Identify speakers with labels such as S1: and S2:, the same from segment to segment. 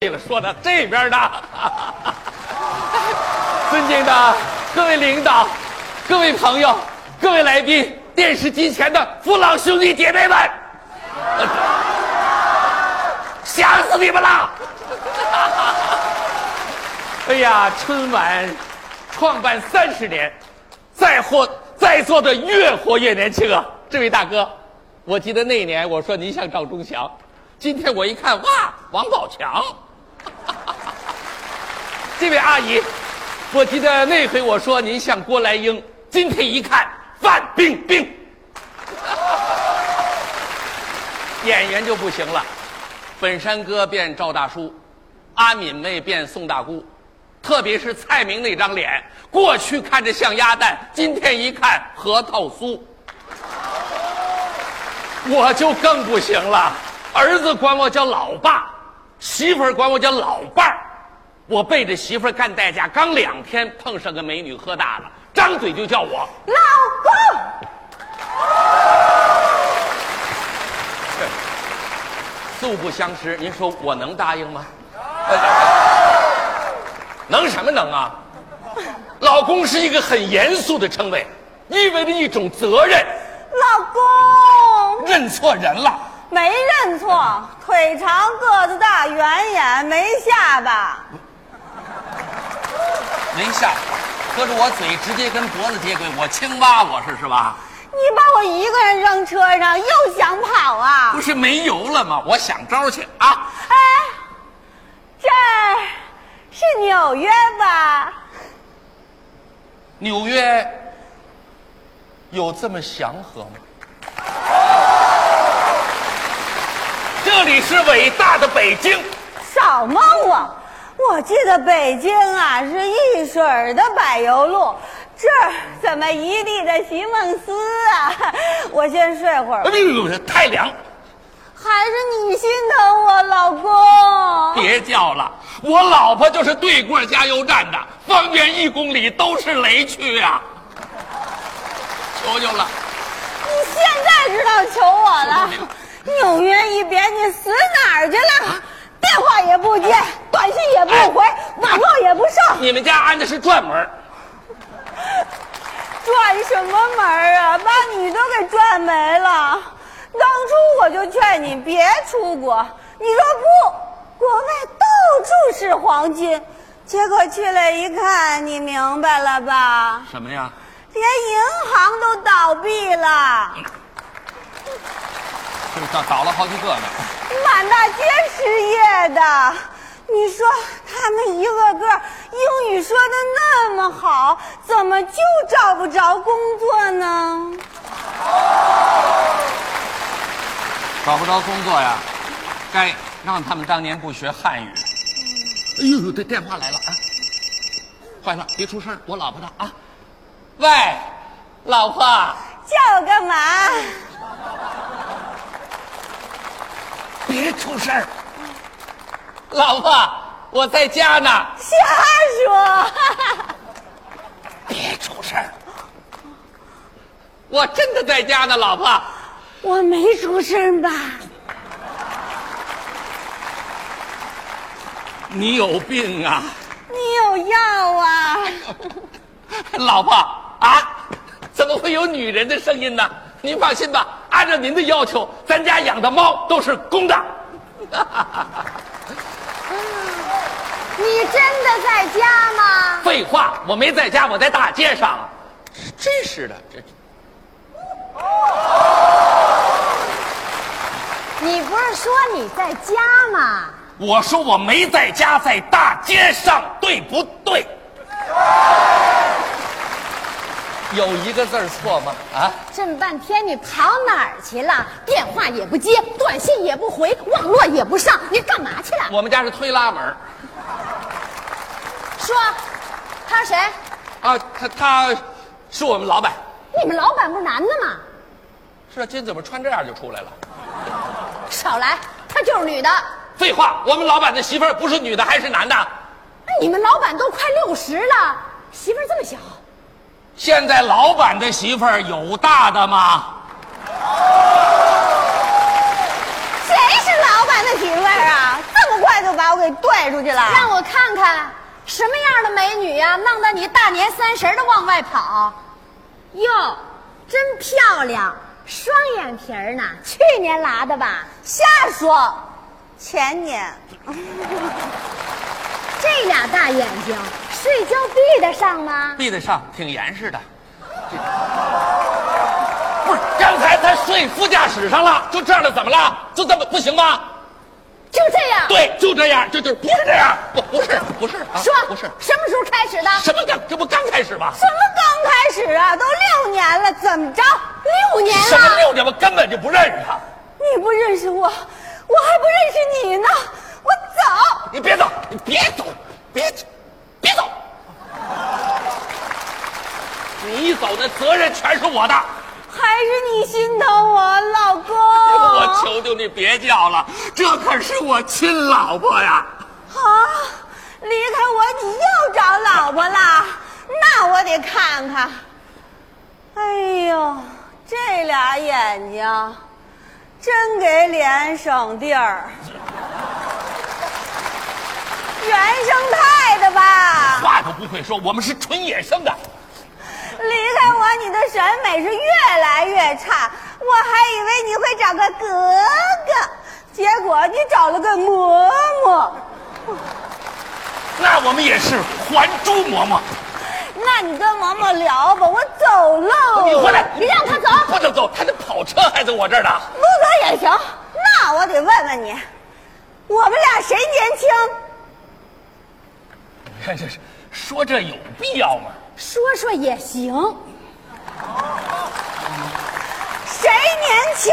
S1: 这个说到这边的， 尊敬的各位领导、各位朋友、各位来宾、电视机前的父老兄弟姐妹们，呃想死你们了！ 哎呀，春晚创办三十年，在活在座的越活越年轻啊！这位大哥，我记得那一年我说您像赵忠祥，今天我一看，哇，王宝强。这位阿姨，我记得那回我说您像郭来英，今天一看，范冰冰。演员就不行了，本山哥变赵大叔，阿敏妹变宋大姑，特别是蔡明那张脸，过去看着像鸭蛋，今天一看核桃酥。我就更不行了，儿子管我叫老爸，媳妇儿管我叫老伴儿。我背着媳妇儿干代驾，刚两天碰上个美女喝大了，张嘴就叫我
S2: 老公，
S1: 素不相识，您说我能答应吗？哎能什么能啊？老公是一个很严肃的称谓，意味着一种责任。
S2: 老公，
S1: 认错人了，
S2: 没认错，腿长个子大，圆眼没下巴，
S1: 没下巴，合着我嘴直接跟脖子接轨，我青蛙我是是吧？
S2: 你把我一个人扔车上，又想跑啊
S1: 不？是没油了吗？我想招去啊！
S2: 哎，这儿是纽约吧？
S1: 纽约有这么祥和吗？这里是伟大的北京，
S2: 少蒙我！我记得北京啊是一水儿的柏油路，这儿怎么一地的席梦思啊？ 我先睡会儿
S1: 哎
S2: 吧，
S1: 呦，太凉。
S2: 还是你心疼我老公？
S1: 别叫了，我老婆就是对过加油站的，方圆一公里都是雷区呀、求求了，
S2: 你现在知道求我了？纽约一别，你死哪儿去了？电话也不接，短信也不回，网络也不上，
S1: 你们家安的是转门儿，
S2: 转什么门儿啊？把你都给转没了。当初我就劝你别出国，你说不，国外到处是黄金。结果去了一看，你明白了吧？
S1: 什么呀？
S2: 连银行都倒闭了，
S1: 就是倒倒了好几个呢。
S2: 满大街失业的。你说他们一个个英语说的那么好，怎么就找不着工作呢？
S1: 找不着工作呀，该让他们当年不学汉语。哎呦，这电话来了啊！坏了，别出声儿，我老婆呢啊？喂，老婆，
S2: 叫我干嘛？
S1: 别出声儿。老婆，我在家呢，
S2: 瞎说！
S1: 别出声儿。我真的在家呢，老婆。
S2: 我没出声吧？
S1: 你有病啊，
S2: 你有药啊？
S1: 老婆啊？怎么会有女人的声音呢？您放心吧，按照您的要求，咱家养的猫都是公的。
S2: 你真的在家吗？
S1: 废话，我没在家，我在大街上。啊真是的，这
S2: 你不是说你在家吗？
S1: 我说我没在家，在大街上，对不对？有一个字儿错吗？啊，
S3: 这么半天你跑哪儿去了？电话也不接，短信也不回，网络也不上，你干嘛去了？
S1: 我们家是推拉门儿
S3: 说，他是谁？
S1: 啊，他他是我们老板。
S3: 你们老板不是男的吗？
S1: 是啊，今天怎么穿这样就出来了？
S3: 少来，他就是女的。
S1: 废话，我们老板的媳妇儿不是女的还是男的？
S3: 那你们老板都快六十了，媳妇儿这么小，
S1: 现在老板的媳妇儿有大的吗？
S2: 谁是老板的媳妇儿啊？这么快就把我给拽出去了。
S3: 让我看看什么样的美女呀、弄得你大年三十的往外跑。哟，真漂亮，双眼皮儿呢？去年拉的吧？
S2: 瞎说，前年
S3: 这俩大眼睛，睡觉闭得上吗？
S1: 闭得上，挺严实的。这不是，刚才他睡副驾驶上了，就这样了，怎么了？就这么不行吗？
S3: 就这样。
S1: 对，就这样，就就不是这样，不不是不是啊，
S3: 说
S1: 不是
S3: 什么时候开始的？
S1: 什么刚，这不刚开始吗？
S2: 什么刚开始啊？都六年了，怎么着？
S3: 六年
S1: 什么
S3: 了。
S1: 六年，我根本就不认识他。
S2: 你不认识我，我还不认识你呢。我走，
S1: 你别走，你别走，别走，别走！你一走，那责任全是我的。
S2: 还是你心疼我，老公。
S1: 我求求你别叫了，这可是我亲老婆呀！
S2: 啊，离开我你又找老婆啦？那我得看看。哎呦，这俩眼睛，真给脸省地儿。原生态的吧？
S1: 话都不会说，我们是纯野生的。
S2: 离开我，你的审美是越来越差。我还以为你会找个格格，结果你找了个嬷嬷。
S1: 那我们也是《还珠嬷嬷》。
S2: 那你跟嬷嬷聊吧，我走喽。
S1: 你回来，
S3: 你让他走
S1: 不能走，他的跑车还在我这儿呢。
S2: 不走也行。那我得问问你，我们俩谁年轻？
S1: 看这是，说这有必要吗？
S3: 说说也行。
S2: 谁年轻？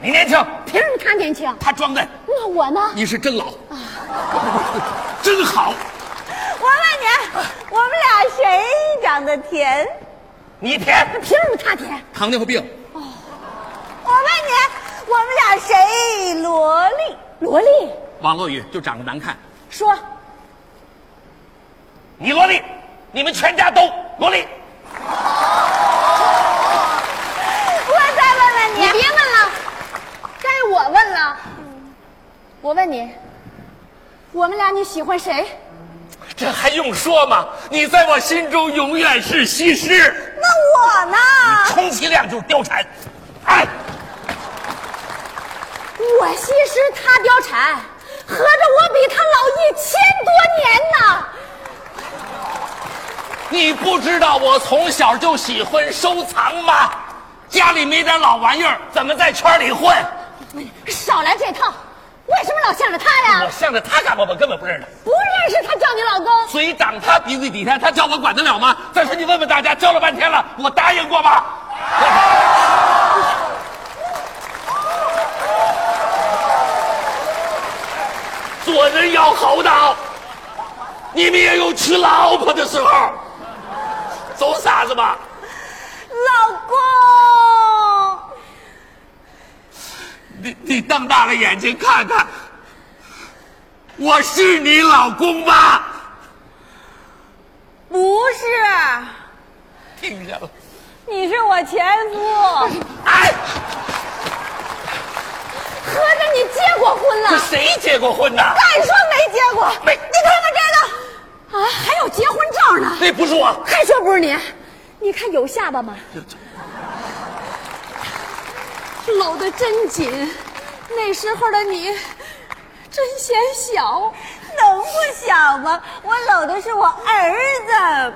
S1: 你年轻，
S3: 凭什么他年轻？
S1: 他装嫩，
S3: 那我呢？
S1: 你是真 老，真好。
S2: 我问你，我们俩谁长得甜？
S1: 你甜，
S3: 凭什么他甜？
S1: 糖尿病。
S2: 我问你，我们俩谁萝莉？
S3: 萝莉，
S1: 网络语就长得难看。
S3: 说
S1: 你萝莉，你们全家都萝莉。
S2: 我再问问
S3: 你
S2: 你，
S3: 别问了，该我问了。我问你，我们俩你喜欢谁？
S1: 这还用说吗？你在我心中永远是西施，
S2: 那我呢？
S1: 充其量就是貂蝉。哎，
S3: 我西施，他貂蝉，合着我比他老一千多年呢。
S1: 你不知道我从小就喜欢收藏吗？家里没点老玩意儿，怎么在圈里混？
S3: 少来这套，为什么老向着他
S1: 我
S3: 呀？
S1: 向着他干嘛？我根本不认识他。
S3: 不认识他叫你老公，
S1: 嘴长他鼻子底下，他叫我管得了吗？再说你问问大家，叫了半天了，我答应过吗？ 做人要厚道，你们也有娶老婆的时候，走傻子吧。
S2: 老公，
S1: 你你瞪大了眼睛看看，我是你老公吗？
S2: 不是，
S1: 听见了。
S2: 你是我前夫。
S1: 哎，
S3: 合着你结过婚了
S1: 这谁结过婚呢？
S2: 敢说没结果？
S1: 没
S2: 你看看这个。
S3: 啊？还有结婚照呢？
S1: 那不是我。
S3: 还说不是你？你看有下巴吗？搂得真紧，那时候的你真显小。
S2: 能不小吗？我搂的是我儿子。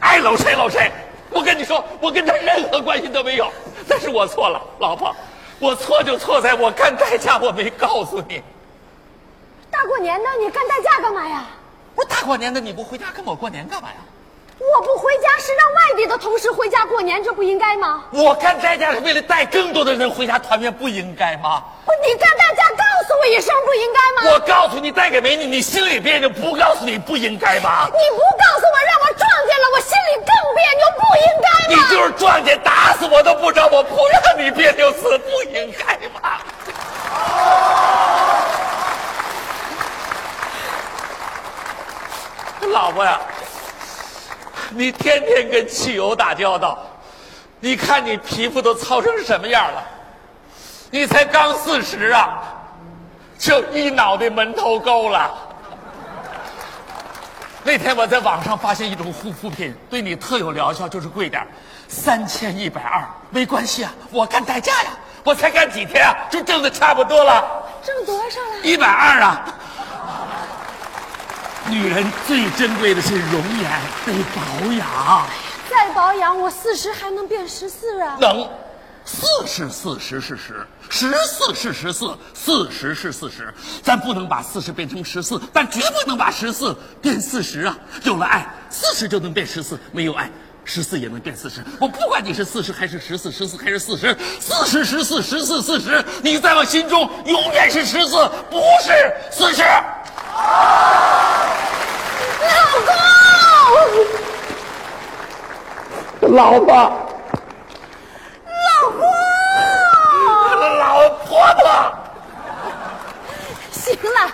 S1: 爱搂哎谁搂谁。我跟你说，我跟他任何关系都没有，但是我错了，老婆，我错就错在我干代驾，我没告诉你。
S3: 大过年的，你干代驾干嘛呀？
S1: 不是大过年的你不回家跟我过年干嘛呀？
S3: 我不回家是让外地的同事回家过年，这不应该吗？
S1: 我干代驾是为了带更多的人回家团圆，不应该吗？
S3: 不，你干代驾告诉我一声不应该吗？
S1: 我告诉你，带给美女，你心里别扭；不告诉你，不应该吗？
S3: 你不告诉我，让我撞见了，我心里更别扭，不应该
S1: 你
S3: 吗？
S1: 就是撞见打死我都不着，我不让你别扭死，不应该吗？老婆呀，你天天跟汽油打交道，你看你皮肤都糙成什么样了？你才刚四十啊，就一脑袋门头沟了。那天我在网上发现一种护肤品，对你特有疗效，就是贵点三千一百二，没关系啊，我干代驾呀，我才干几天啊，就挣的差不多了，
S3: 挣多少了？
S1: 一百二啊。女人最珍贵的是容颜，得保养。
S3: 再保养，我四十还能变十四啊！
S1: 能，四是四十是十，十四是十四，四十是四十。咱不能把四十变成十四，但绝不能把十四变四十啊！有了爱，四十就能变十四；没有爱，十四也能变四十。我不管你是四十还是十四，十四还是四十，四十十四十四四十，你在我心中永远是十四，不是四十。老公，老婆。老婆婆，
S3: 行了，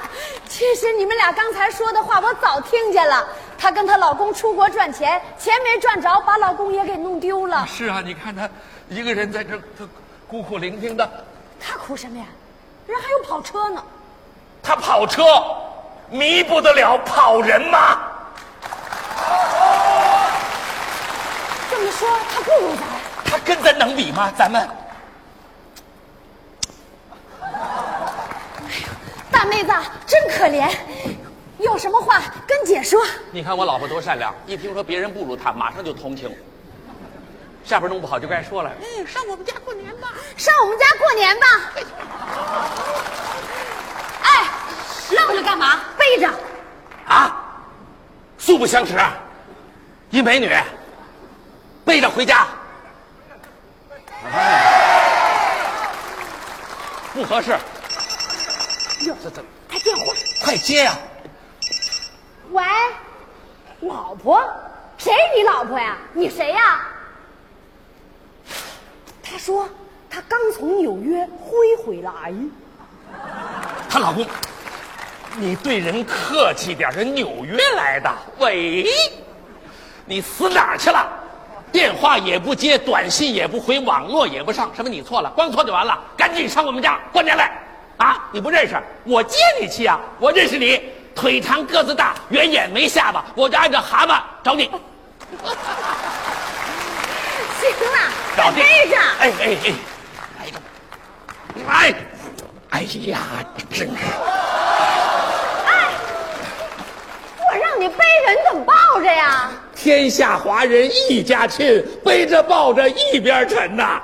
S3: 其实你们俩刚才说的话我早听见了。她跟她老公出国赚钱，钱没赚着，把老公也给弄丢了。
S1: 是啊，你看她一个人在这，她孤苦伶仃的，
S3: 她哭什么呀？人还有跑车呢。
S1: 她跑车，弥补得了跑人吗？
S3: 这么说，她不如咱。
S1: 她跟咱能比吗？咱们
S3: 大妹子真可怜，有什么话跟姐说。
S1: 你看我老婆多善良，一听说别人不如她，马上就同情。下边弄不好就该说了，嗯，上我们家过年吧。
S3: 上我们家过年吧。哎，愣着干嘛？背着。
S1: 啊，素不相识，啊一美女，背着回家，哎不合适。哟，这这，
S3: 他电话。
S1: 快接呀、
S3: 喂，老婆，谁是你老婆呀？你谁呀？ 他说他刚从纽约飞回来。
S1: 她老公，你对人客气点儿，人纽约来的。喂，你死哪儿去了？电话也不接，短信也不回，网络也不上，什么你错了，光错就完了，赶紧上我们家过年来。啊，你不认识我接你去啊？我认识你，腿长个子大，圆眼没下巴，我就按照蛤蟆找你。
S3: 行了，
S1: 找
S3: 快
S1: 地
S3: 背着。
S1: 哎哎哎，哎，哎，哎呀，真是。
S3: 我让你背着，你怎么抱着呀？
S1: 天下华人一家亲，背着抱着一边沉呐。